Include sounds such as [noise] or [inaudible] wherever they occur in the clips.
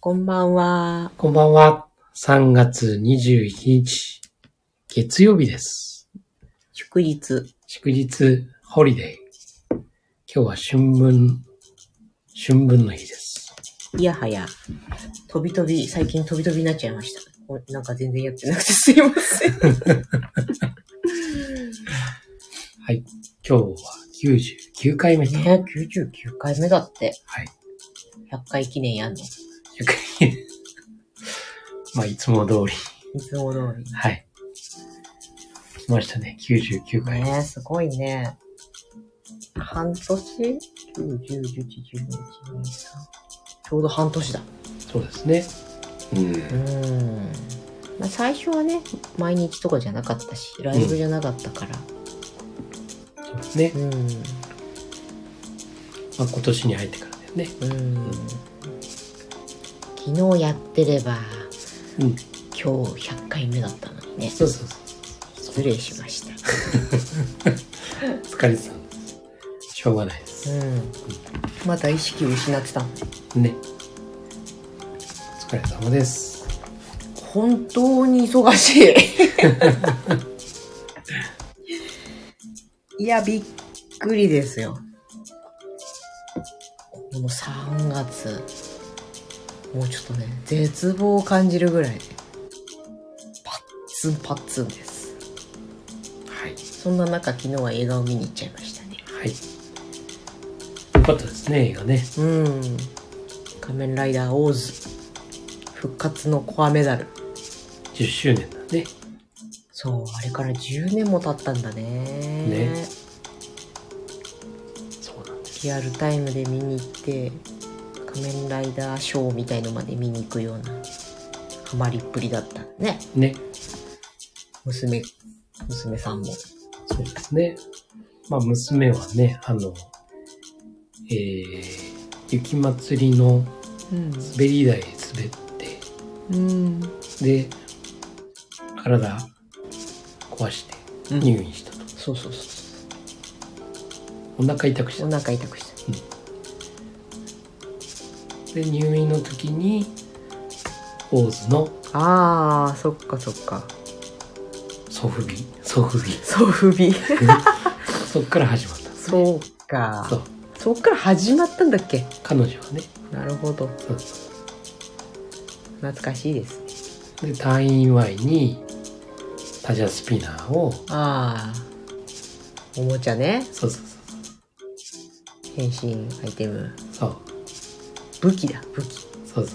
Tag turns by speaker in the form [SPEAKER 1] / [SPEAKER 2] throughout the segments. [SPEAKER 1] こんばんは。
[SPEAKER 2] こんばんは。3月21日、月曜日です。
[SPEAKER 1] 祝日。
[SPEAKER 2] 祝日、ホリデー。今日は春分、春分の日です。
[SPEAKER 1] いやはや、飛び飛び、最近飛び飛びになっちゃいました。おなんか全然やってなくてすいません。
[SPEAKER 2] はい。今日は99回目と。
[SPEAKER 1] ね99回目だって。
[SPEAKER 2] はい。
[SPEAKER 1] 100回記念やんの。い
[SPEAKER 2] [laughs] まあ、いつも通り。
[SPEAKER 1] つも通り。
[SPEAKER 2] はい。来ましたね。99回。
[SPEAKER 1] ねえ、すごいね。半年 ?9、10、11、12、13。ちょうど半年だ。
[SPEAKER 2] そうですね。うん。
[SPEAKER 1] うーん。まあ、最初はね、毎日とかじゃなかったし、ライブじゃなかったから。
[SPEAKER 2] そうですね。
[SPEAKER 1] うん。うん。
[SPEAKER 2] まあ、今年に入ってからだよね。
[SPEAKER 1] 昨日やってれば、
[SPEAKER 2] うん。
[SPEAKER 1] 今日100回目だったのにね。
[SPEAKER 2] そうそうそう。
[SPEAKER 1] 失礼しました。
[SPEAKER 2] 疲れてたんです。しょうがないです。
[SPEAKER 1] うん。また意識を失ってたの。
[SPEAKER 2] ね。お疲れ様です。
[SPEAKER 1] 本当に忙し [laughs] い。いや、びっくりですよ。この3月、もうちょっとね、絶望を感じるぐらいで、パッツンパッツンです。
[SPEAKER 2] はい。
[SPEAKER 1] そんな中、昨日は映画を見に行っちゃいましたね。
[SPEAKER 2] はい。よかったですね、映画ね。
[SPEAKER 1] うん。仮面ライダーオーズ、復活のコアメダル。
[SPEAKER 2] 10周年だね。
[SPEAKER 1] そう、あれから10年も経ったんだね。
[SPEAKER 2] ねそうなんです。
[SPEAKER 1] リアルタイムで見に行って仮面ライダーショーみたいのまで見に行くようなハマりっぷりだったね
[SPEAKER 2] ね。
[SPEAKER 1] 娘娘さんも
[SPEAKER 2] そうですね。まあ、娘はね、あの、えー、雪祭りの
[SPEAKER 1] うん
[SPEAKER 2] 滑り台滑
[SPEAKER 1] うん
[SPEAKER 2] って、で、体壊して
[SPEAKER 1] うん
[SPEAKER 2] 入院したと。
[SPEAKER 1] そうそうそ
[SPEAKER 2] お腹痛くし
[SPEAKER 1] うお
[SPEAKER 2] た。
[SPEAKER 1] 腹痛くした
[SPEAKER 2] で、入院の時に、オーズの
[SPEAKER 1] あーそっかそっか
[SPEAKER 2] 祖父日、祖父日。
[SPEAKER 1] そう不 [laughs] 備
[SPEAKER 2] [laughs] そっから始まったんですね。
[SPEAKER 1] そうか
[SPEAKER 2] そう。
[SPEAKER 1] そっから始まったんだっけ
[SPEAKER 2] 彼女はね。
[SPEAKER 1] なるほど
[SPEAKER 2] そうそ
[SPEAKER 1] 懐かしいですね
[SPEAKER 2] うで、退院祝いに、タジャスピナーを、
[SPEAKER 1] ああおもちゃね
[SPEAKER 2] そうそう
[SPEAKER 1] 変身アイテム
[SPEAKER 2] そう。
[SPEAKER 1] 武器だ武器
[SPEAKER 2] そう。そうそう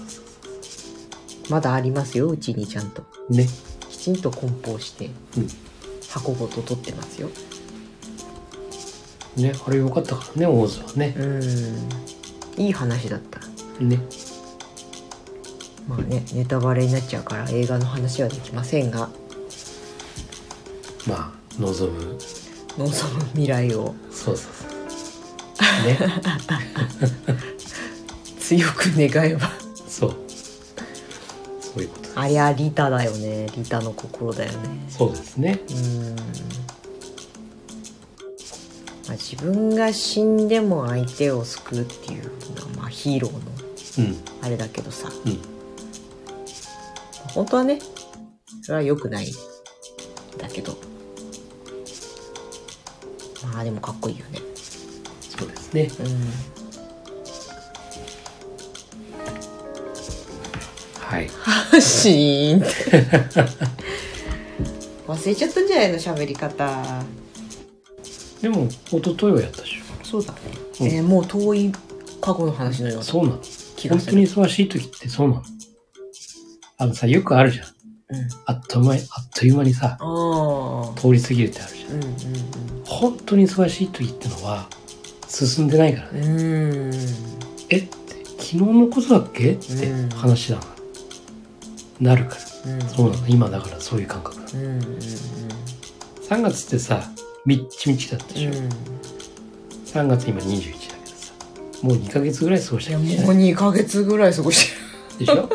[SPEAKER 2] そ
[SPEAKER 1] まだありますようちにちゃんと
[SPEAKER 2] う。ね。
[SPEAKER 1] きちんと梱包して
[SPEAKER 2] う
[SPEAKER 1] 箱ごと取ってますよ
[SPEAKER 2] ん。ね、あれ良かったからね、オーズはね。
[SPEAKER 1] うんいい話だった
[SPEAKER 2] ね。
[SPEAKER 1] まあねネタバレになっちゃうから映画の話はできませんが
[SPEAKER 2] まあ、望む。
[SPEAKER 1] 望む未来を
[SPEAKER 2] そうそうそう。ね。
[SPEAKER 1] 強く願えば
[SPEAKER 2] そう。そういうことです。
[SPEAKER 1] ありゃリタだよねリタの心だよね
[SPEAKER 2] そうですね。
[SPEAKER 1] うん、まあ、自分が死んでも相手を救うっていうのは、まあ、ヒーローの
[SPEAKER 2] うん。
[SPEAKER 1] あれだけどさ
[SPEAKER 2] うん。
[SPEAKER 1] 本当はねそれは良くないんだけどまあでもかっこいいよね
[SPEAKER 2] そうですね。
[SPEAKER 1] [laughs] うん
[SPEAKER 2] はい。
[SPEAKER 1] シーンって [laughs] 忘れちゃったんじゃないの喋り方
[SPEAKER 2] でも、一昨日はやったでし
[SPEAKER 1] そうだね、
[SPEAKER 2] うん
[SPEAKER 1] えーもう遠い過去の話のよう
[SPEAKER 2] ょ。
[SPEAKER 1] な
[SPEAKER 2] そうなの。
[SPEAKER 1] 気が
[SPEAKER 2] 本
[SPEAKER 1] す
[SPEAKER 2] 当
[SPEAKER 1] る
[SPEAKER 2] に忙しい時ってそうなの。あのさ、よくあるじゃん。
[SPEAKER 1] うん、
[SPEAKER 2] あっという間に、あっという間にさ、
[SPEAKER 1] ああ
[SPEAKER 2] 通り過ぎるってあるじゃん。
[SPEAKER 1] うんうん
[SPEAKER 2] 本当に忙しい時ってのは、進んでないからね。
[SPEAKER 1] うんうーん
[SPEAKER 2] えって、昨日のことだっけって
[SPEAKER 1] うん
[SPEAKER 2] 話だな。なるか
[SPEAKER 1] うん
[SPEAKER 2] ら。そうなの。今だからそういう感覚なの。
[SPEAKER 1] うんうんうん
[SPEAKER 2] 3月ってさ、みっちみちだったでしょ。
[SPEAKER 1] うん
[SPEAKER 2] 3月今21だけどさ、もう2ヶ月ぐらい過ごし
[SPEAKER 1] い
[SPEAKER 2] た
[SPEAKER 1] や
[SPEAKER 2] か
[SPEAKER 1] も
[SPEAKER 2] も
[SPEAKER 1] う
[SPEAKER 2] しれない
[SPEAKER 1] 2ヶ月ぐらい過ごしてる
[SPEAKER 2] でしょ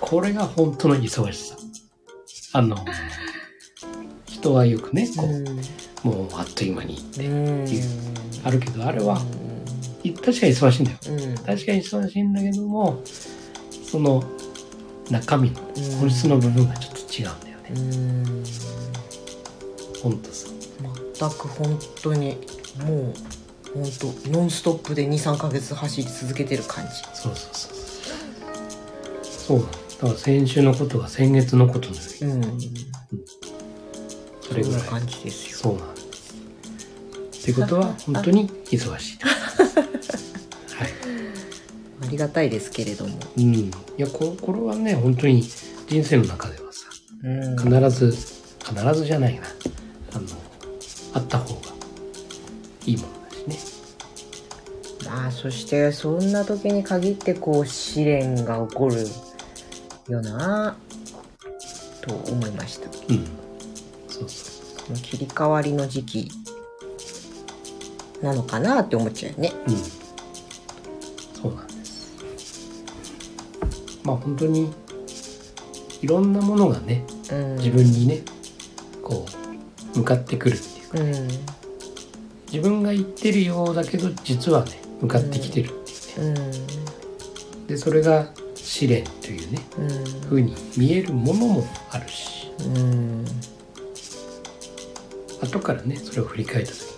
[SPEAKER 2] これが本当の忙しさ。あの、人はよくね、こう、もうあっという間に
[SPEAKER 1] うん
[SPEAKER 2] あるけど、あれ
[SPEAKER 1] う
[SPEAKER 2] は、い確かに忙しいんだよ。
[SPEAKER 1] んうん
[SPEAKER 2] 確かに忙しいんだけどもその中身の本質の部分がちょっと違うんだよ
[SPEAKER 1] う
[SPEAKER 2] ね、
[SPEAKER 1] ん
[SPEAKER 2] ほんとさ
[SPEAKER 1] 全く本当にもう本当ノンストップで23ヶ月走り続けてる感じ
[SPEAKER 2] そうそうそうそうなのだから先週のことが先月のことのように
[SPEAKER 1] うん
[SPEAKER 2] それぐ
[SPEAKER 1] そん
[SPEAKER 2] らい
[SPEAKER 1] な感じですよ
[SPEAKER 2] そうなんですってことは本当に忙しいとはい
[SPEAKER 1] ありがたいですけれども、
[SPEAKER 2] うん、いやここれはね本当に人生の中ではさ
[SPEAKER 1] うん
[SPEAKER 2] 必ず必ずじゃないなあのあった方がいいものだしね
[SPEAKER 1] まあそしてそんな時に限ってこう試練が起こるよなと思いましたこ
[SPEAKER 2] うんそうそ
[SPEAKER 1] の切り替わりの時期なのかなって思っちゃうよね
[SPEAKER 2] ううんそうなんですまあ本当にいろんなものがね
[SPEAKER 1] うん
[SPEAKER 2] 自分にねこう向かってくるっていうか
[SPEAKER 1] うん
[SPEAKER 2] 自分が言ってるようだけど実はね向かってきてるっていうね、でそれが試練というね
[SPEAKER 1] うん
[SPEAKER 2] ふうに見えるものもあるし
[SPEAKER 1] うん
[SPEAKER 2] 後からねそれを振り返った時に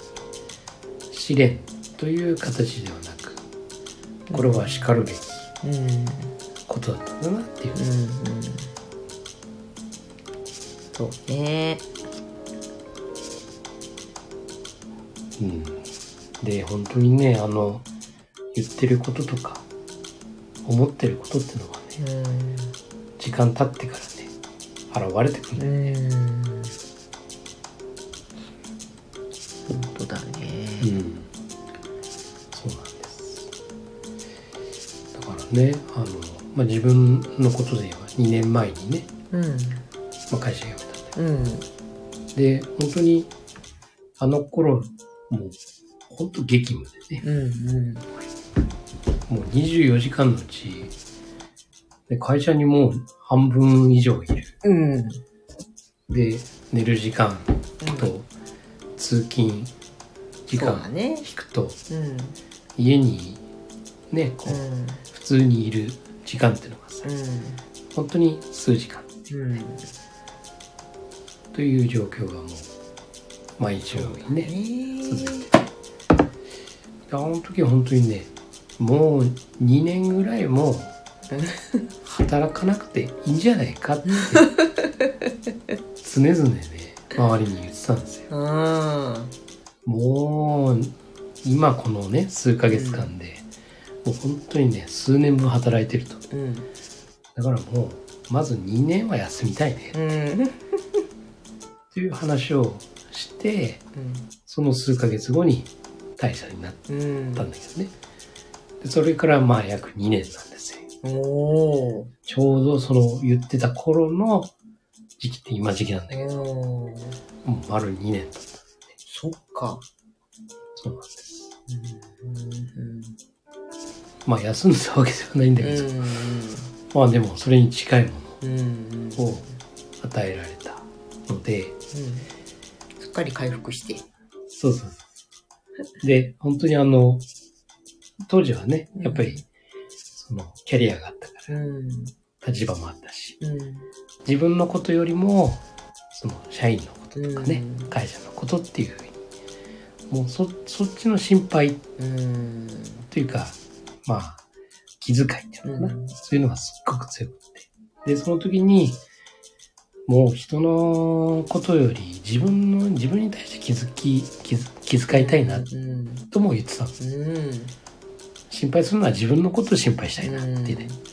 [SPEAKER 2] 試練という形ではなくこれはしかるべき
[SPEAKER 1] うんうん
[SPEAKER 2] ことだったんだなってい
[SPEAKER 1] う
[SPEAKER 2] う、
[SPEAKER 1] んそうね
[SPEAKER 2] うん、で本当にねあの言ってることとか思ってることってのはね時間経ってからね現れてくるん
[SPEAKER 1] う
[SPEAKER 2] だよ
[SPEAKER 1] んうん本当だね
[SPEAKER 2] うん、そうなんですだからねあの、まあ、自分のことで言えば2年前にね、
[SPEAKER 1] うん
[SPEAKER 2] まあ、会社辞めたんだよ
[SPEAKER 1] うん
[SPEAKER 2] で、本当に、あの頃、もう、本当激務でね、
[SPEAKER 1] うん
[SPEAKER 2] もう24時間のうち、で会社にもう半分以上いる。
[SPEAKER 1] うんうん
[SPEAKER 2] で、寝る時間と、通勤時
[SPEAKER 1] そうだ
[SPEAKER 2] 間
[SPEAKER 1] ね
[SPEAKER 2] 引くと、
[SPEAKER 1] うん
[SPEAKER 2] 家にね、こ
[SPEAKER 1] う
[SPEAKER 2] う、
[SPEAKER 1] ん
[SPEAKER 2] 普通にいる時間ってのがさ、
[SPEAKER 1] う
[SPEAKER 2] 本当に数時間
[SPEAKER 1] んうん
[SPEAKER 2] という状況がもう、毎日のようにね、続いて
[SPEAKER 1] ね
[SPEAKER 2] であの時は本当にねもう2年ぐらいもう働かなくていいんじゃないかって常々ね周りに言ってたんですよ
[SPEAKER 1] うん
[SPEAKER 2] もう今このね数ヶ月間で、もう本当にね数年分働いてると
[SPEAKER 1] うん
[SPEAKER 2] だからもうまず2年は休みたいね
[SPEAKER 1] うん
[SPEAKER 2] っていう話をしてその数ヶ月後に退社になっ
[SPEAKER 1] うん
[SPEAKER 2] たんだけどねでそれからまあ約2年なんですよ
[SPEAKER 1] おお
[SPEAKER 2] ちょうどその言ってた頃の時期って今時期なんだけ
[SPEAKER 1] うん
[SPEAKER 2] ど、もう丸2年だった。
[SPEAKER 1] そっか
[SPEAKER 2] そうなんです。
[SPEAKER 1] うん
[SPEAKER 2] まあ休んでたわけではないんだけど、まあでもそれに近いも
[SPEAKER 1] うん
[SPEAKER 2] のを与えられたので、
[SPEAKER 1] すっかり回復して
[SPEAKER 2] そうそうそう。で、本当にあの、当時はね、やっぱり、その、キャリアがあったか
[SPEAKER 1] うん
[SPEAKER 2] ら、立場もあったし、
[SPEAKER 1] うん
[SPEAKER 2] 自分のことよりも、その、社員のこととかね、
[SPEAKER 1] うん
[SPEAKER 2] 会社のことっていうふうに、もうそ、そっちの心配
[SPEAKER 1] うん
[SPEAKER 2] というか、まあ、気遣いっていうのかな、
[SPEAKER 1] うん
[SPEAKER 2] そういうのがすっごく強くて。で、その時に、もう人のことより自分の、自分に対して気づき、気づ気遣いたいな
[SPEAKER 1] うん
[SPEAKER 2] とも言ってたの。
[SPEAKER 1] うん
[SPEAKER 2] 心配するのは自分のことを心配したいなってね。
[SPEAKER 1] うん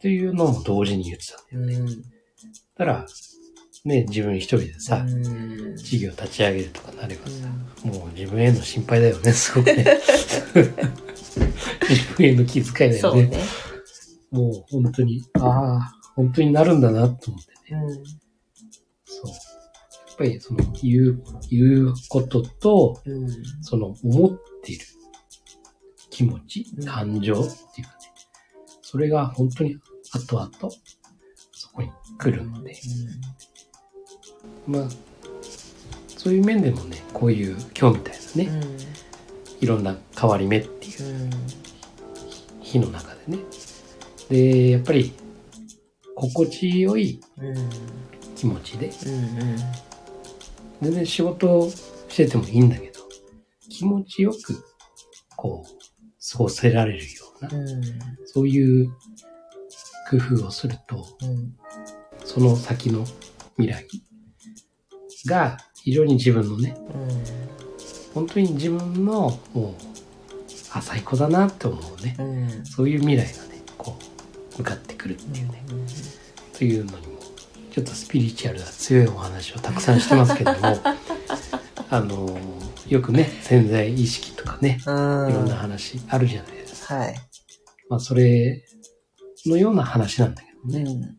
[SPEAKER 2] というのも同時に言ってたの。
[SPEAKER 1] うん
[SPEAKER 2] だから、ね、自分一人でさ、
[SPEAKER 1] うん
[SPEAKER 2] 事業立ち上げるとかなればさ、もう自分への心配だよね、すごく
[SPEAKER 1] [laughs]
[SPEAKER 2] ね。自分への気遣いだよ
[SPEAKER 1] そうね
[SPEAKER 2] もう本当に、ああ、本当になるんだなと思ってね。
[SPEAKER 1] う
[SPEAKER 2] そう。やっぱりその言う、言うことと、
[SPEAKER 1] んうん
[SPEAKER 2] その思っている気持ち
[SPEAKER 1] う、ん
[SPEAKER 2] 感情っていうかね。それが本当に後々、そこに来るので。まあ、そういう面でもね、こういう今日みたいなね、いろんな変わり目っていう
[SPEAKER 1] うん
[SPEAKER 2] 日の中でね、で、やっぱり、心地よい
[SPEAKER 1] うん
[SPEAKER 2] 気持ちで、
[SPEAKER 1] うん
[SPEAKER 2] 全然仕事をしててもいいんだけど、気持ちよく、こう、過ごせられるような
[SPEAKER 1] う、ん
[SPEAKER 2] そういう工夫をすると、
[SPEAKER 1] うん
[SPEAKER 2] その先の未来が非常に自分のね、本当に自分のもう、あ、最高だなって思うね。
[SPEAKER 1] うんうん
[SPEAKER 2] そういう未来がね、こう、向かってくるっていうね。というのにもちょっとスピリチュアルが強いお話をたくさんしてますけどもあのよくね潜在意識とかねいろんな
[SPEAKER 1] は
[SPEAKER 2] 話あるじゃないですか、
[SPEAKER 1] い。
[SPEAKER 2] まあ、それのような話なんだけどね、
[SPEAKER 1] うん。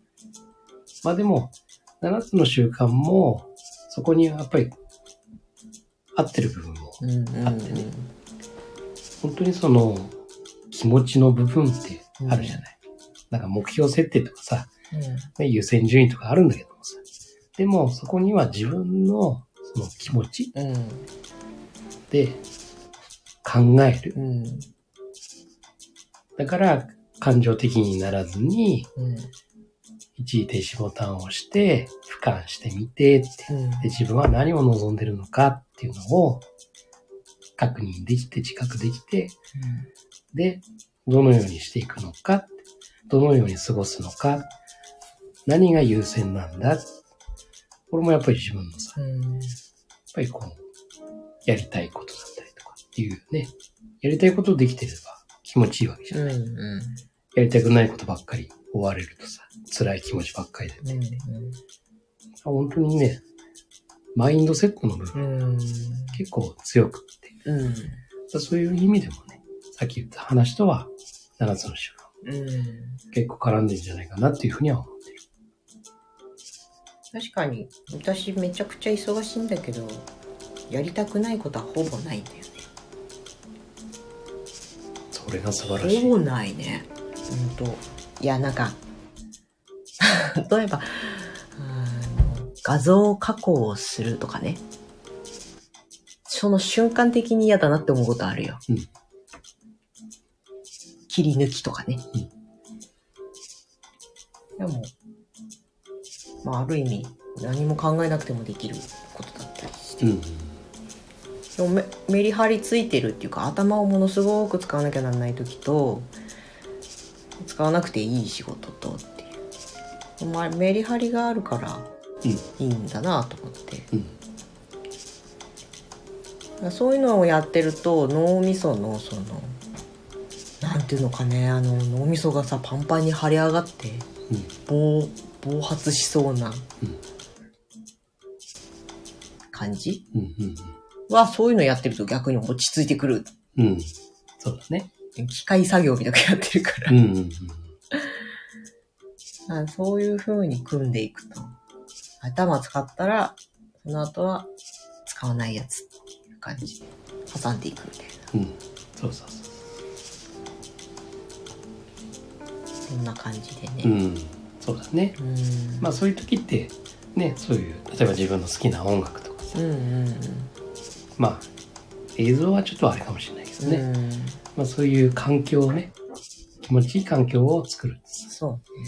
[SPEAKER 2] まあでも7つの習慣もそこにやっぱり合ってる部分も
[SPEAKER 1] うん。うん。
[SPEAKER 2] あってね本当にその気持ちの部分ってあるじゃない、なんか目標設定とかさね、優先順位とかあるんだけどもさ。でも、そこには自分のその気持ち
[SPEAKER 1] うん。
[SPEAKER 2] で考える。
[SPEAKER 1] うん。うん。
[SPEAKER 2] だから、感情的にならずに、
[SPEAKER 1] うん。
[SPEAKER 2] 一時停止ボタンを押して、俯瞰してみてって、
[SPEAKER 1] うん。
[SPEAKER 2] で自分は何を望んでるのかっていうのを確認できて、自覚できて、で、どのようにしていくのか、どのように過ごすのか、何が優先なんだ。これもやっぱり自分のさ、
[SPEAKER 1] うん。
[SPEAKER 2] やっぱりこう、やりたいことだったりとかっていうね、やりたいことできてれば気持ちいいわけじゃん。
[SPEAKER 1] うん。
[SPEAKER 2] やりたくないことばっかり追われるとさ、辛い気持ちばっかりで。本当にね、マインドセットの部分、
[SPEAKER 1] うん。
[SPEAKER 2] 結構強くって、
[SPEAKER 1] うん。
[SPEAKER 2] そういう意味でもね、さっき言った話とは、7つの習慣、
[SPEAKER 1] うん。
[SPEAKER 2] 結構絡んでるんじゃないかなっていうふうには思ってる。
[SPEAKER 1] 確かに私めちゃくちゃ忙しいんだけどやりたくないことはほぼないんだよ
[SPEAKER 2] それが素晴ら
[SPEAKER 1] ね
[SPEAKER 2] しい。
[SPEAKER 1] ほぼないねほんといやなんか [laughs] 例えばあの画像加工をするとかねその瞬間的に嫌だなって思うことあるよ、
[SPEAKER 2] うん
[SPEAKER 1] 切り抜きとかね、でもまあある意味何も考えなくてもできることだったりして
[SPEAKER 2] うん。
[SPEAKER 1] でもめメリハリついてるっていうか頭をものすごく使わなきゃなんない時と使わなくていい仕事とっていう、まあ、メリハリがあるから
[SPEAKER 2] うん。
[SPEAKER 1] いいんだなと思ってだか
[SPEAKER 2] うん。
[SPEAKER 1] らそういうのをやってると脳みそのそのなんていうのかねあの脳みそがさパンパンに腫れ上がって
[SPEAKER 2] う
[SPEAKER 1] 暴
[SPEAKER 2] ん。
[SPEAKER 1] 暴発しそうな
[SPEAKER 2] うん
[SPEAKER 1] 感じ
[SPEAKER 2] うん。うん。
[SPEAKER 1] はそういうのやってると逆に落ち着いてくる
[SPEAKER 2] うん。うんそうだね。
[SPEAKER 1] 機械作業みたいなのやってるから [laughs]
[SPEAKER 2] うん。うん。うん
[SPEAKER 1] あそういう風に組んでいくと。頭使ったら、その後は使わないやつっていう感じで挟んでいくみたいな。
[SPEAKER 2] うん。そうそうそう。
[SPEAKER 1] そんな感じで
[SPEAKER 2] う
[SPEAKER 1] ね。
[SPEAKER 2] ん、そうだね。
[SPEAKER 1] うん。
[SPEAKER 2] まあそういう時ってねそういう例えば自分の好きな音楽とかさ
[SPEAKER 1] うんうん
[SPEAKER 2] まあ映像はちょっとあれかもしれないけ
[SPEAKER 1] う
[SPEAKER 2] ど
[SPEAKER 1] ん。
[SPEAKER 2] ね、
[SPEAKER 1] うん。
[SPEAKER 2] まあそういう環境をね気持ちいい環境を作る
[SPEAKER 1] そうね。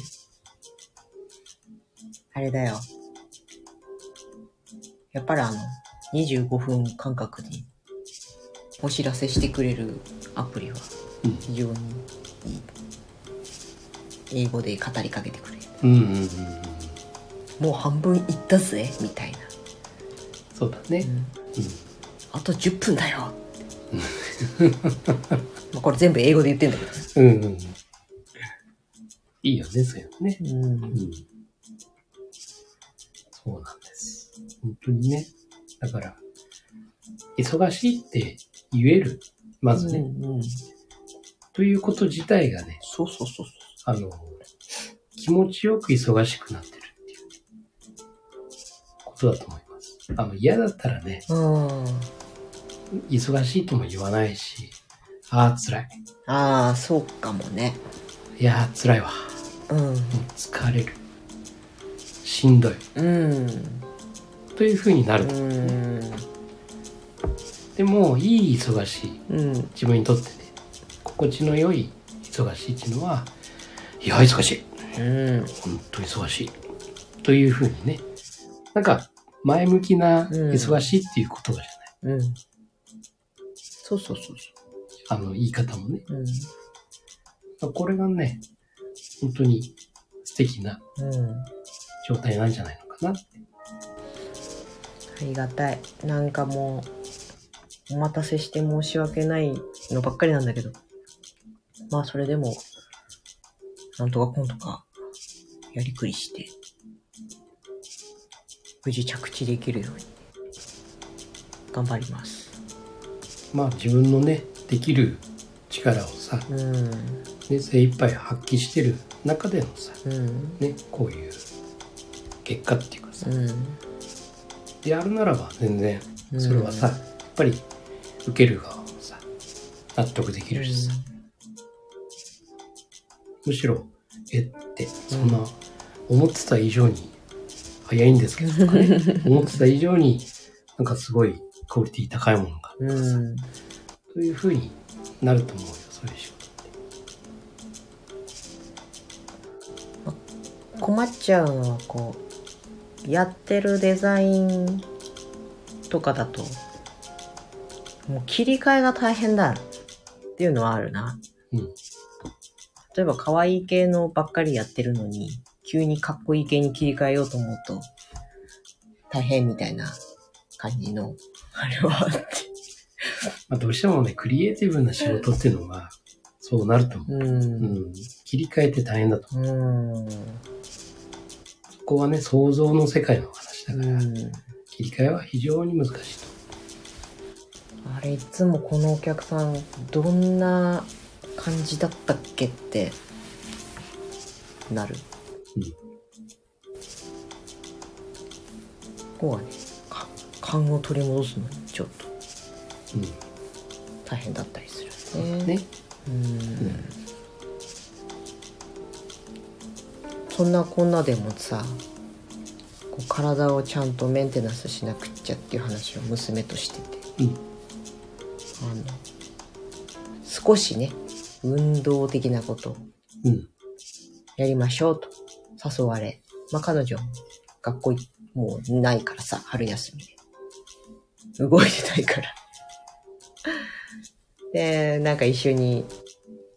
[SPEAKER 1] あれだよ。やっぱりあの、25分間隔にお知らせしてくれるアプリは
[SPEAKER 2] うん
[SPEAKER 1] 非常にいい。英語で語りかけてくれる。
[SPEAKER 2] うんうんうんうん
[SPEAKER 1] もう半分いったぜみたいな、
[SPEAKER 2] そうだね
[SPEAKER 1] あと10分
[SPEAKER 2] [laughs]
[SPEAKER 1] だよってまあこれ全部英語で言ってんだけど、
[SPEAKER 2] うんうん、うん、いいよねそういうのね
[SPEAKER 1] うん、
[SPEAKER 2] うんそうなんです本当にねだから忙しいって言えるまずね、
[SPEAKER 1] うんうん、
[SPEAKER 2] ということ自体がね
[SPEAKER 1] そうそうそうそう
[SPEAKER 2] あの、気持ちよく忙しくなってるっていうことだと思います。あの、嫌だったらね、
[SPEAKER 1] うん
[SPEAKER 2] 忙しいとも言わないし、ああ、辛い。
[SPEAKER 1] ああそうかもね
[SPEAKER 2] いやー、辛いわ。も
[SPEAKER 1] うん
[SPEAKER 2] う疲れる。しんどい。
[SPEAKER 1] うん
[SPEAKER 2] というふうになる
[SPEAKER 1] う
[SPEAKER 2] と。
[SPEAKER 1] ん
[SPEAKER 2] でも、いい忙しい。
[SPEAKER 1] うん
[SPEAKER 2] 自分にとってね、心地の良い忙しいっていうのは、いや、忙しい。
[SPEAKER 1] うん。
[SPEAKER 2] 本当忙しい。というふうにね。なんか、前向き
[SPEAKER 1] う
[SPEAKER 2] な
[SPEAKER 1] ん
[SPEAKER 2] 忙しいっていう言葉じゃな
[SPEAKER 1] う
[SPEAKER 2] い。
[SPEAKER 1] ん。そうそうそうそ
[SPEAKER 2] あの、言い方もね。
[SPEAKER 1] う。
[SPEAKER 2] これがね、本当に素敵な
[SPEAKER 1] うん。うん。
[SPEAKER 2] 状態なんじゃないのかな。
[SPEAKER 1] ありがたい。なんかもう、お待たせして申し訳ないのばっかりなんだけど。まあ、それでも、なんとかこんとか、やりくりして、無事着地できるように、頑張ります。
[SPEAKER 2] まあ、自分のね、できる力をさ、
[SPEAKER 1] うん。
[SPEAKER 2] ね、精一杯発揮してる中でのさ、
[SPEAKER 1] うん。
[SPEAKER 2] ね、こういう結果っていうかさ、
[SPEAKER 1] うん。
[SPEAKER 2] であるならば全然
[SPEAKER 1] うん
[SPEAKER 2] それはさ、やっぱり受ける側もさ、納得できるしさ、むしろ、えって、そんな、思ってた以上に早いんですけ
[SPEAKER 1] [laughs]
[SPEAKER 2] どとかね、思ってた以上になんかすごいクオリティ高いものが、
[SPEAKER 1] うん。
[SPEAKER 2] というふうになると思うよ、そういう仕事って。
[SPEAKER 1] 困っちゃうのはこうやってるデザインとかだともう切り替えが大変だっていうのはあるな、
[SPEAKER 2] うん
[SPEAKER 1] 例えば可愛い系のばっかりやってるのに急にかっこいい系に切り替えようと思うと大変みたいな感じのあれはあって
[SPEAKER 2] まあ、どうしてもね、クリエイティブな仕事っていうのは、そうなる [laughs] と思う。
[SPEAKER 1] う
[SPEAKER 2] うんん、切り替えて大変だと思
[SPEAKER 1] うん
[SPEAKER 2] う。そこはね、想像の世界の話だ
[SPEAKER 1] う
[SPEAKER 2] から、
[SPEAKER 1] ん
[SPEAKER 2] 切り替えは非常に難しいと。
[SPEAKER 1] あれいつもこのお客さんどんな感じだったっけってなる、
[SPEAKER 2] うん
[SPEAKER 1] ここはねか勘を取り戻すのにちょっと大変だったりする
[SPEAKER 2] うん。
[SPEAKER 1] ね
[SPEAKER 2] ね。
[SPEAKER 1] うん
[SPEAKER 2] うん
[SPEAKER 1] そんなこんなでもさこう体をちゃんとメンテナンスしなくっちゃっていう話を娘としてて
[SPEAKER 2] うん。
[SPEAKER 1] あの少しね運動的なことを
[SPEAKER 2] うん。
[SPEAKER 1] やりましょうと誘われ、まあ、彼女学校いもうないからさ春休みで動いてないから [laughs] でなんか一緒に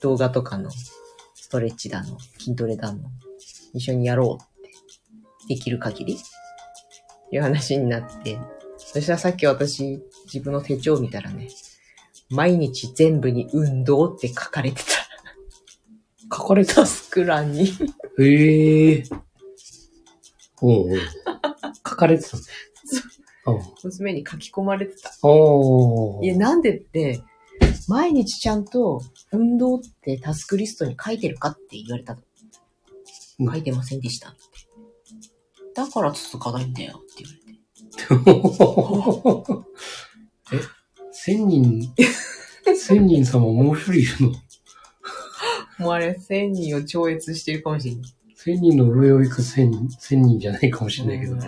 [SPEAKER 1] 動画とかのストレッチだの筋トレだの一緒にやろうってできる限りいう話になってそしたらさっき私自分の手帳見たらね毎日全部に運動って書かれてた
[SPEAKER 2] 書かれた
[SPEAKER 1] タスク欄に
[SPEAKER 2] へえ。お
[SPEAKER 1] [laughs]
[SPEAKER 2] うおう。書かれてたんだ。おう
[SPEAKER 1] 娘に書き込まれてた。
[SPEAKER 2] おう。
[SPEAKER 1] いや、なんでって、毎日ちゃんと運動ってタスクリストに書いてるかって言われたの。
[SPEAKER 2] うん
[SPEAKER 1] 書いてませんでしたって。だから続かないんだよって言われて。
[SPEAKER 2] [laughs] え、千人、千人様もう一人いるの
[SPEAKER 1] もうあれ、1000人を超越してるかもしれない。
[SPEAKER 2] 千人の上を行く千人、千人じゃないかもしれないけど。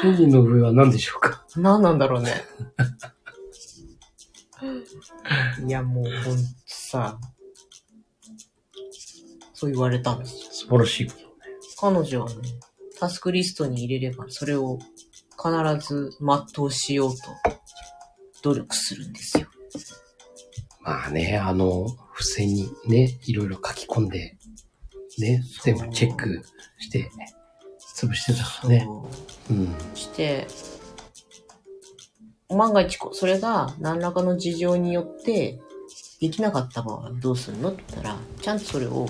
[SPEAKER 2] 千人の上は何でしょうか
[SPEAKER 1] 何なんだろう [laughs] ね。いや、もうほんとさ、そう言われたんですよ
[SPEAKER 2] 素晴らしいことね。
[SPEAKER 1] 彼女はね、タスクリストに入れれば、それを必ず全うしようと努力するんですよ。
[SPEAKER 2] まあね、あの、付箋にね、いろいろ書き込んで、ね、全部チェックして、潰してたからね。
[SPEAKER 1] そう
[SPEAKER 2] うん。
[SPEAKER 1] して、万が一こ、それが何らかの事情によってできなかった場合はどうするのって言ったら、ちゃんとそれを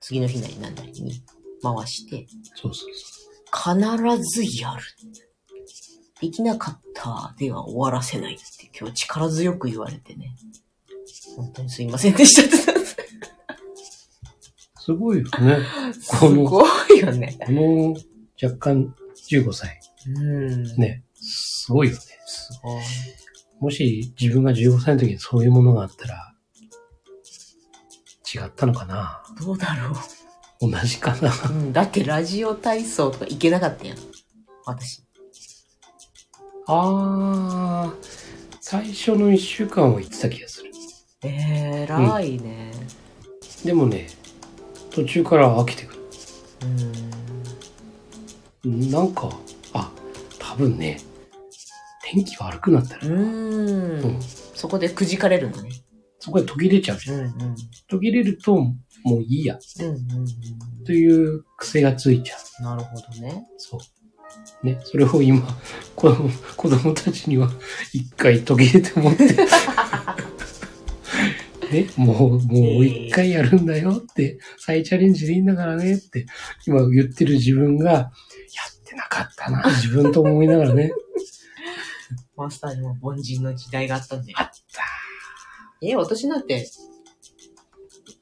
[SPEAKER 1] 次の日なり何なりに回して、
[SPEAKER 2] そうそうそ
[SPEAKER 1] 必ずやる。できなかったでは終わらせないって今日力強く言われてね。本当にすいませんでしたって。
[SPEAKER 2] う。すごいよね。
[SPEAKER 1] [laughs] すごいよね。
[SPEAKER 2] この若干15歳。
[SPEAKER 1] うん。
[SPEAKER 2] ね。すごいよね。
[SPEAKER 1] すごい。
[SPEAKER 2] もし自分が15歳の時にそういうものがあったら、違ったのかな
[SPEAKER 1] どうだろ
[SPEAKER 2] 同じかな
[SPEAKER 1] う。うん、だってラジオ体操とか行けなかったやん。私。
[SPEAKER 2] あー、最初の1週間は言ってた気がする。
[SPEAKER 1] えー、偉いね。
[SPEAKER 2] でもね途中から飽きてく
[SPEAKER 1] うん。
[SPEAKER 2] るなんかあ多分ね天気悪くなったら、
[SPEAKER 1] うん。
[SPEAKER 2] うん
[SPEAKER 1] そこでくじかれるのね。
[SPEAKER 2] そこで途切れちゃうじゃ
[SPEAKER 1] うんんうん。
[SPEAKER 2] 途切れるともういいや
[SPEAKER 1] うんうん
[SPEAKER 2] という癖がついちゃう
[SPEAKER 1] うん。なるほどね。
[SPEAKER 2] そうねそれを今 [laughs] 子供子供たちには一回途切れてもって [laughs] ねもうもう一回やるんだよって再チャレンジでいいんだからねって今言ってる自分がやってなかったな自分と思いながらね [laughs]
[SPEAKER 1] マスターにも凡人の時代があったんだよ。あったえ、私なんて、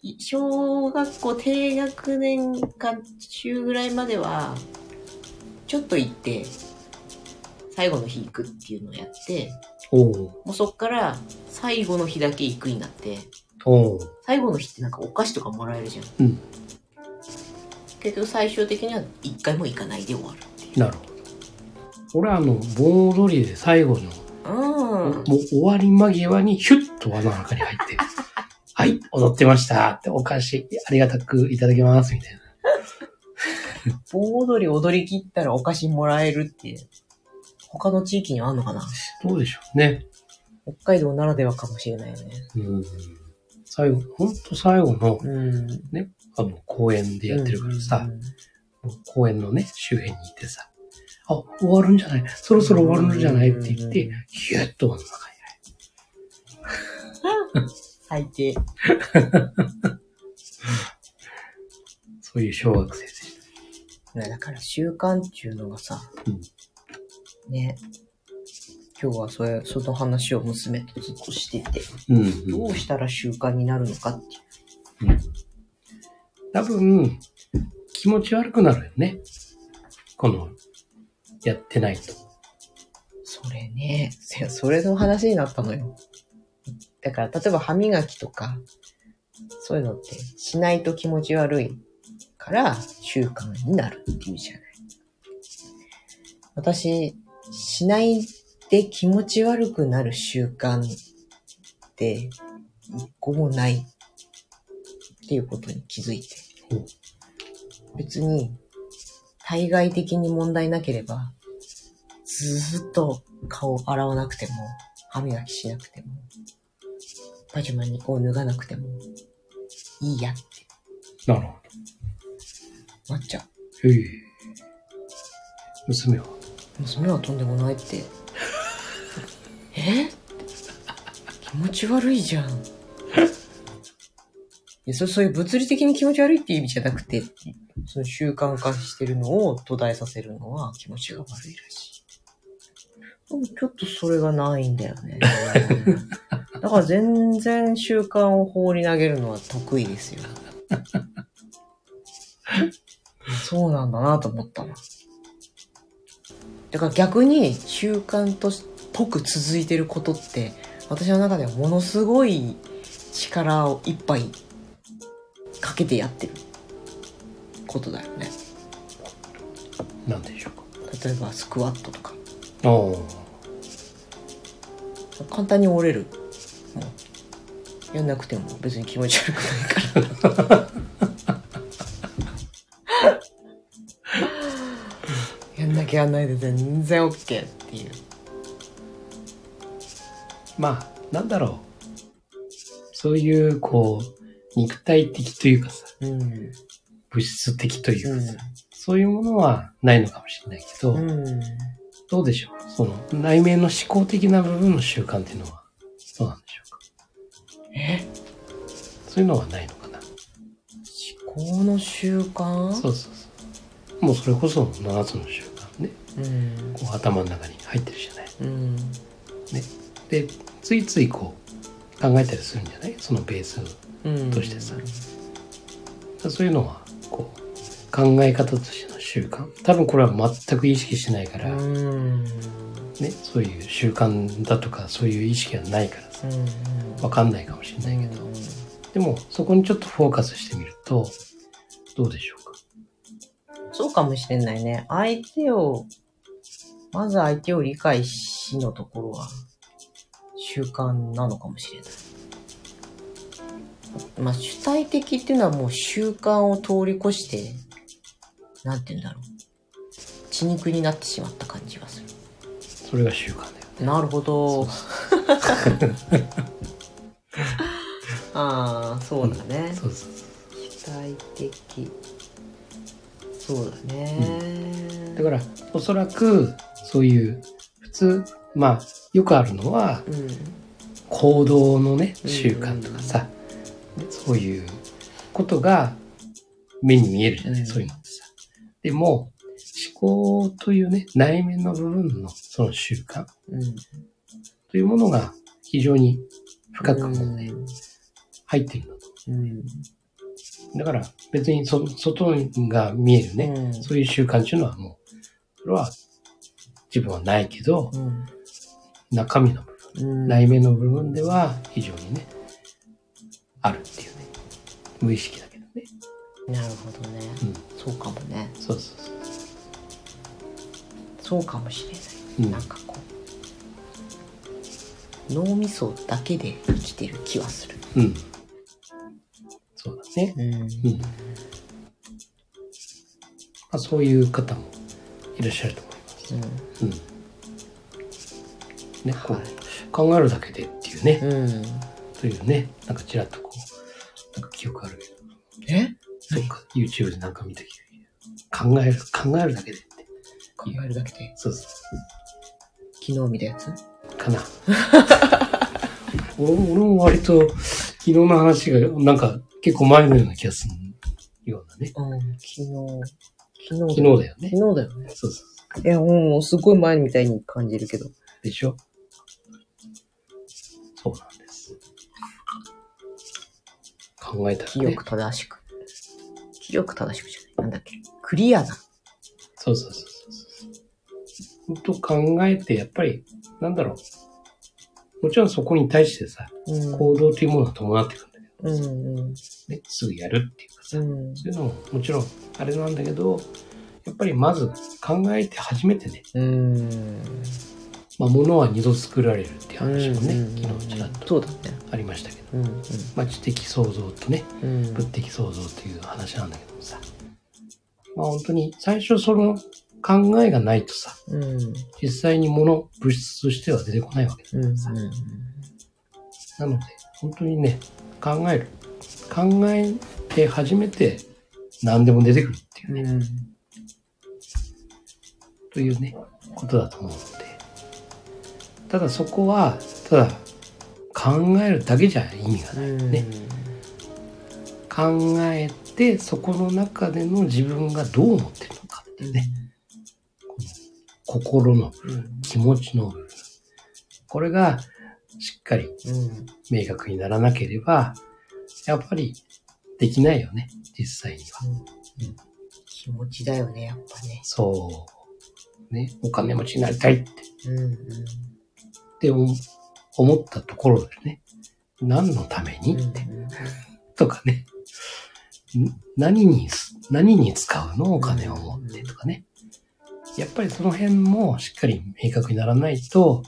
[SPEAKER 1] い小学校低学年か中ぐらいまでは、ちょっと行って、最後の日行くっていうのをやって、
[SPEAKER 2] おう
[SPEAKER 1] もうそっから最後の日だけ行くになって、
[SPEAKER 2] おう
[SPEAKER 1] 最後の日ってなんかお菓子とかもらえるじゃん。
[SPEAKER 2] うん
[SPEAKER 1] 結局最終的には一回も行かないで終わるっていう。
[SPEAKER 2] なるほど俺はあの盆踊りで最後
[SPEAKER 1] う
[SPEAKER 2] の
[SPEAKER 1] ん。
[SPEAKER 2] もう終わり間際にヒュッと輪の中に入って、 [laughs] はい、踊ってましたってお菓子ありがたくいただきますみたいな。
[SPEAKER 1] 盆踊り踊り切ったらお菓子もらえるって、他の地域にはあんのかな
[SPEAKER 2] どうでしょうね。
[SPEAKER 1] 北海道ならではかもしれないよね。
[SPEAKER 2] うん。最後、ほんと最後の、
[SPEAKER 1] うん。
[SPEAKER 2] あの、公園でやってるからさ、もう公園のね、周辺にいてさ、あ、終わるんじゃないそろそろ終わるんじゃないって言って
[SPEAKER 1] うん、
[SPEAKER 2] ヒュッと輪の中に
[SPEAKER 1] 最低。
[SPEAKER 2] そういう小学生でし
[SPEAKER 1] なだから習慣っていうのがさ、
[SPEAKER 2] うん
[SPEAKER 1] ね。今日はそれ、その話を娘とずっとしてて、
[SPEAKER 2] た。うん
[SPEAKER 1] どうしたら習慣になるのかっていう。
[SPEAKER 2] 多分、気持ち悪くなるよね。この、やってないと。
[SPEAKER 1] それね。いやそれの話になったのよ。だから、例えば歯磨きとか、そういうのって、しないと気持ち悪いから、習慣になるっていうじゃない。私、しないで気持ち悪くなる習慣って、一個もないっていうことに気づいて
[SPEAKER 2] ほう。
[SPEAKER 1] 別に、対外的に問題なければ、ずーっと顔を洗わなくても、歯磨きしなくても、パジャマにこう脱がなくても、いいやって
[SPEAKER 2] なるほど。
[SPEAKER 1] なっちゃう。
[SPEAKER 2] へえ。娘は
[SPEAKER 1] 娘はとんでもないって。 [laughs] え気持ち悪いじ [laughs] ゃん。いやそそういう物理的に気持ち悪いっていう意味じゃなくて、その習慣化してるのを途絶えさせるのは気持ちが悪いらしい。でもちょっとそれがないんだよ [laughs] ね。だから全然習慣を放り投げるのは得意です [laughs] よ。そうなんだなと思ったな。だから逆に習慣としっぽく続いてることって私の中ではものすごい力をいっぱいかけてやってることだよね
[SPEAKER 2] 何でしょうか
[SPEAKER 1] 例えばスクワットとか
[SPEAKER 2] あ
[SPEAKER 1] 簡単に折れるもうやんなくても別に気持ち悪くないから [laughs] やんなきゃやんないで全然 OK っていう
[SPEAKER 2] あ。まあ、なんだろう。そういう、こう、肉体的というかさ、
[SPEAKER 1] うん
[SPEAKER 2] 物質的という
[SPEAKER 1] う
[SPEAKER 2] か
[SPEAKER 1] ん
[SPEAKER 2] さ、そういうものはないのかもしれないけど、
[SPEAKER 1] うん
[SPEAKER 2] どうでしょうその、内面の思考的な部分の習慣っていうのは、どうなんでしょうか
[SPEAKER 1] え
[SPEAKER 2] そういうのはないのかな
[SPEAKER 1] 思考の習慣
[SPEAKER 2] そうそうそう。もうそれこそ7つの習慣ね、
[SPEAKER 1] うん
[SPEAKER 2] こう頭の中に入ってるじゃない。
[SPEAKER 1] うん
[SPEAKER 2] で、ついついこう、考えたりするんじゃないそのベース
[SPEAKER 1] うん
[SPEAKER 2] としてさそういうのはこう考え方としての習慣多分これは全く意識してないから、
[SPEAKER 1] う
[SPEAKER 2] ね
[SPEAKER 1] んうん
[SPEAKER 2] そういう習慣だとかそういう意識がないからさ分かんないかもしれないけど、でもそこにちょっとフォーカスしてみるとどうでしょうか
[SPEAKER 1] そうかもしれないね相手をまず相手を理解しのところは習慣なのかもしれないまあ、主体的っていうのはもう習慣を通り越して、なんて言うんだろう。血肉になってしまった感じがする。
[SPEAKER 2] それが習慣だよね
[SPEAKER 1] なるほど。
[SPEAKER 2] [laughs]
[SPEAKER 1] ああ、そうだね。
[SPEAKER 2] そうそうそ
[SPEAKER 1] 主体的。そうだね
[SPEAKER 2] う。だからおそらくそういう普通まあよくあるのは
[SPEAKER 1] うん。
[SPEAKER 2] 行動のね
[SPEAKER 1] うん
[SPEAKER 2] 習慣とかさ、そういうことが目に見えるじゃない、
[SPEAKER 1] うん
[SPEAKER 2] そういうのってさ。でも思考というね内面の部分のその習慣
[SPEAKER 1] うん。
[SPEAKER 2] というものが非常に深くもね、
[SPEAKER 1] うん
[SPEAKER 2] 入っているのと。
[SPEAKER 1] うん。
[SPEAKER 2] だから別にそ外が見えるね、
[SPEAKER 1] うん
[SPEAKER 2] そういう習慣っていうのはもう、それは自分はないけど、中身の部分、
[SPEAKER 1] うん。
[SPEAKER 2] 内面の部分では非常にね、あるっていうね、無意識だけどね。
[SPEAKER 1] なるほどね。
[SPEAKER 2] うん、
[SPEAKER 1] そうかもね。
[SPEAKER 2] そうそうそう。
[SPEAKER 1] そうかもしれない。
[SPEAKER 2] うん
[SPEAKER 1] なんかこう脳みそだけで生きてる気はする。
[SPEAKER 2] うん。そうだね。
[SPEAKER 1] うん。
[SPEAKER 2] うんまあ、そういう方もいらっしゃると思います。うん。ね、こ、
[SPEAKER 1] はいう
[SPEAKER 2] 考えるだけでっていうね、
[SPEAKER 1] うん。
[SPEAKER 2] というね、なんかちらっとこう、なんか記憶あるけど、
[SPEAKER 1] え
[SPEAKER 2] そうか、YouTube でなんか見た気が考える、考えるだけでって。
[SPEAKER 1] 考えるだけで
[SPEAKER 2] そうそう。
[SPEAKER 1] 昨日見たやつ
[SPEAKER 2] か [laughs] な。俺俺も割と、昨日の話が、なんか結構前のような気がするようなね。
[SPEAKER 1] うん。昨日。昨日
[SPEAKER 2] 昨日だよね。
[SPEAKER 1] 昨日だよね。
[SPEAKER 2] そうそう。
[SPEAKER 1] いや、うん、すごい前みたいに感じるけど。
[SPEAKER 2] でしょそうなんです。考えた
[SPEAKER 1] 記
[SPEAKER 2] らね
[SPEAKER 1] 憶。正しく。記憶正しくじゃない。なんだっけ。クリアな。
[SPEAKER 2] そうそうそうそう。本当考えて、やっぱり、なんだろう。もちろんそこに対してさ、
[SPEAKER 1] うん
[SPEAKER 2] 行動というものが伴ってくるんだけど、
[SPEAKER 1] うんうん。
[SPEAKER 2] ね、すぐやるっていうかさ、
[SPEAKER 1] うん。
[SPEAKER 2] そういうのももちろんあれなんだけど、やっぱりまず考えて初めてね、
[SPEAKER 1] うん。
[SPEAKER 2] まあ、物は二度作られるっていう話もね、
[SPEAKER 1] うんうんうん
[SPEAKER 2] 昨日ちらっと
[SPEAKER 1] そうだね。
[SPEAKER 2] ありましたけど、
[SPEAKER 1] うん
[SPEAKER 2] まあ、知的創造とね、
[SPEAKER 1] うん。うん。
[SPEAKER 2] 物的創造という話なんだけどもさ、まあ本当に最初その考えがないとさ、
[SPEAKER 1] うん。
[SPEAKER 2] 実際に物、物質としては出てこないわけだ
[SPEAKER 1] う
[SPEAKER 2] か
[SPEAKER 1] ん。
[SPEAKER 2] らさ、なので、本当にね、考える。考えて初めて何でも出てくるっていう
[SPEAKER 1] う
[SPEAKER 2] ね、
[SPEAKER 1] ん。
[SPEAKER 2] というね、ことだと思うので。ただそこは、ただ、考えるだけじゃ意味がない。
[SPEAKER 1] うん。
[SPEAKER 2] ね考えて、そこの中での自分がどう思ってるのかっていうね、心の部分、気持ちの部分。これが、しっかり
[SPEAKER 1] うん。
[SPEAKER 2] 明確にならなければ、やっぱりできないよね、実際には。
[SPEAKER 1] 気持ちだよね、やっぱね。
[SPEAKER 2] そう。ね、お金持ちになりたいって
[SPEAKER 1] うんうん。
[SPEAKER 2] って思思ったところでね、何のために、とかね、ん何にす、何に使うのお金を持ってとかね。やっぱりその辺もしっかり明確にならないと、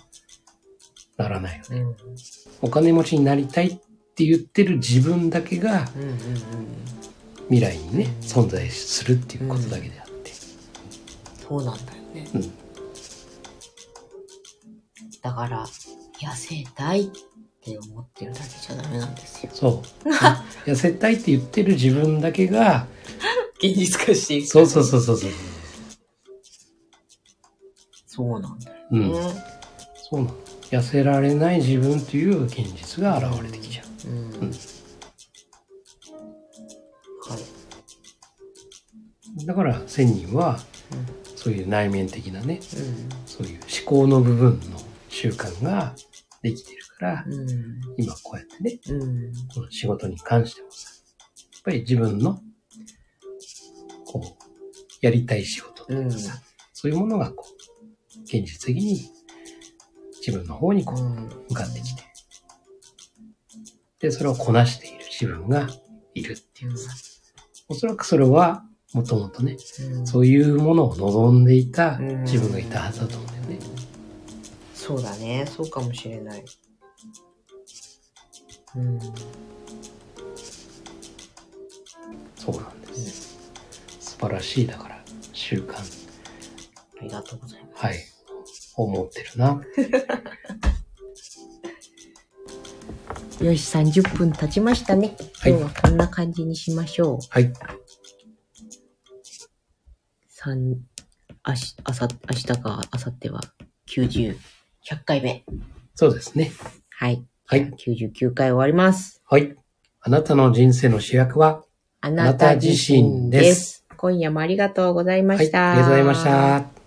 [SPEAKER 2] ならないよ
[SPEAKER 1] うんうん。うん
[SPEAKER 2] お金持ちになりたいって言ってる自分だけが、
[SPEAKER 1] うん
[SPEAKER 2] 未来にね存在するっていうことだけであって、
[SPEAKER 1] そうなんだよね。
[SPEAKER 2] うん
[SPEAKER 1] だから、痩せたいって思ってるだけじゃダメなんですよ。
[SPEAKER 2] そう痩せたいって言ってる自分だけが
[SPEAKER 1] 現実化してい
[SPEAKER 2] そうそうそうそうそう
[SPEAKER 1] そうなんだよ
[SPEAKER 2] う
[SPEAKER 1] ね。
[SPEAKER 2] んそうなの痩せられない自分という現実が現れてきちゃう
[SPEAKER 1] うん。
[SPEAKER 2] うん
[SPEAKER 1] はい。
[SPEAKER 2] だから仙人は
[SPEAKER 1] うん
[SPEAKER 2] そういう内面的な
[SPEAKER 1] う
[SPEAKER 2] ねそういう思考の部分の習慣ができてるから
[SPEAKER 1] ん。うん。
[SPEAKER 2] 今こうやってね
[SPEAKER 1] うん。
[SPEAKER 2] この仕事に関してもさやっぱり自分のこうやりたい仕事
[SPEAKER 1] うん。
[SPEAKER 2] そういうものがこう、現実的に自分の方にこ
[SPEAKER 1] う。
[SPEAKER 2] うん向かってきて、で、それをこなしている自分がいるっていうさ。おそらくそれは、もともとね、
[SPEAKER 1] うん
[SPEAKER 2] そういうものを望んでいた
[SPEAKER 1] うん
[SPEAKER 2] 自分がいたはずだと思うんだよね。
[SPEAKER 1] そうだねそうかもしれないうん
[SPEAKER 2] そうなんです。素晴らしいだから、習慣。
[SPEAKER 1] ありがとうございます。
[SPEAKER 2] はい。思ってるな。
[SPEAKER 1] よし、30分経ちましたね。
[SPEAKER 2] はい
[SPEAKER 1] 今日はこんな感じにしましょう。
[SPEAKER 2] はい。
[SPEAKER 1] 三、あし、あさ、明日か、あさっては90、100回目。
[SPEAKER 2] そうですね。
[SPEAKER 1] はい。
[SPEAKER 2] はい。
[SPEAKER 1] 99回終わります。
[SPEAKER 2] はい。あなたの人生の主役は、
[SPEAKER 1] あ
[SPEAKER 2] な
[SPEAKER 1] な
[SPEAKER 2] た
[SPEAKER 1] た
[SPEAKER 2] 自
[SPEAKER 1] 自
[SPEAKER 2] 身
[SPEAKER 1] 身
[SPEAKER 2] で
[SPEAKER 1] ですす。今夜もありがとうございま
[SPEAKER 2] はい。あり
[SPEAKER 1] した。
[SPEAKER 2] がとうございました。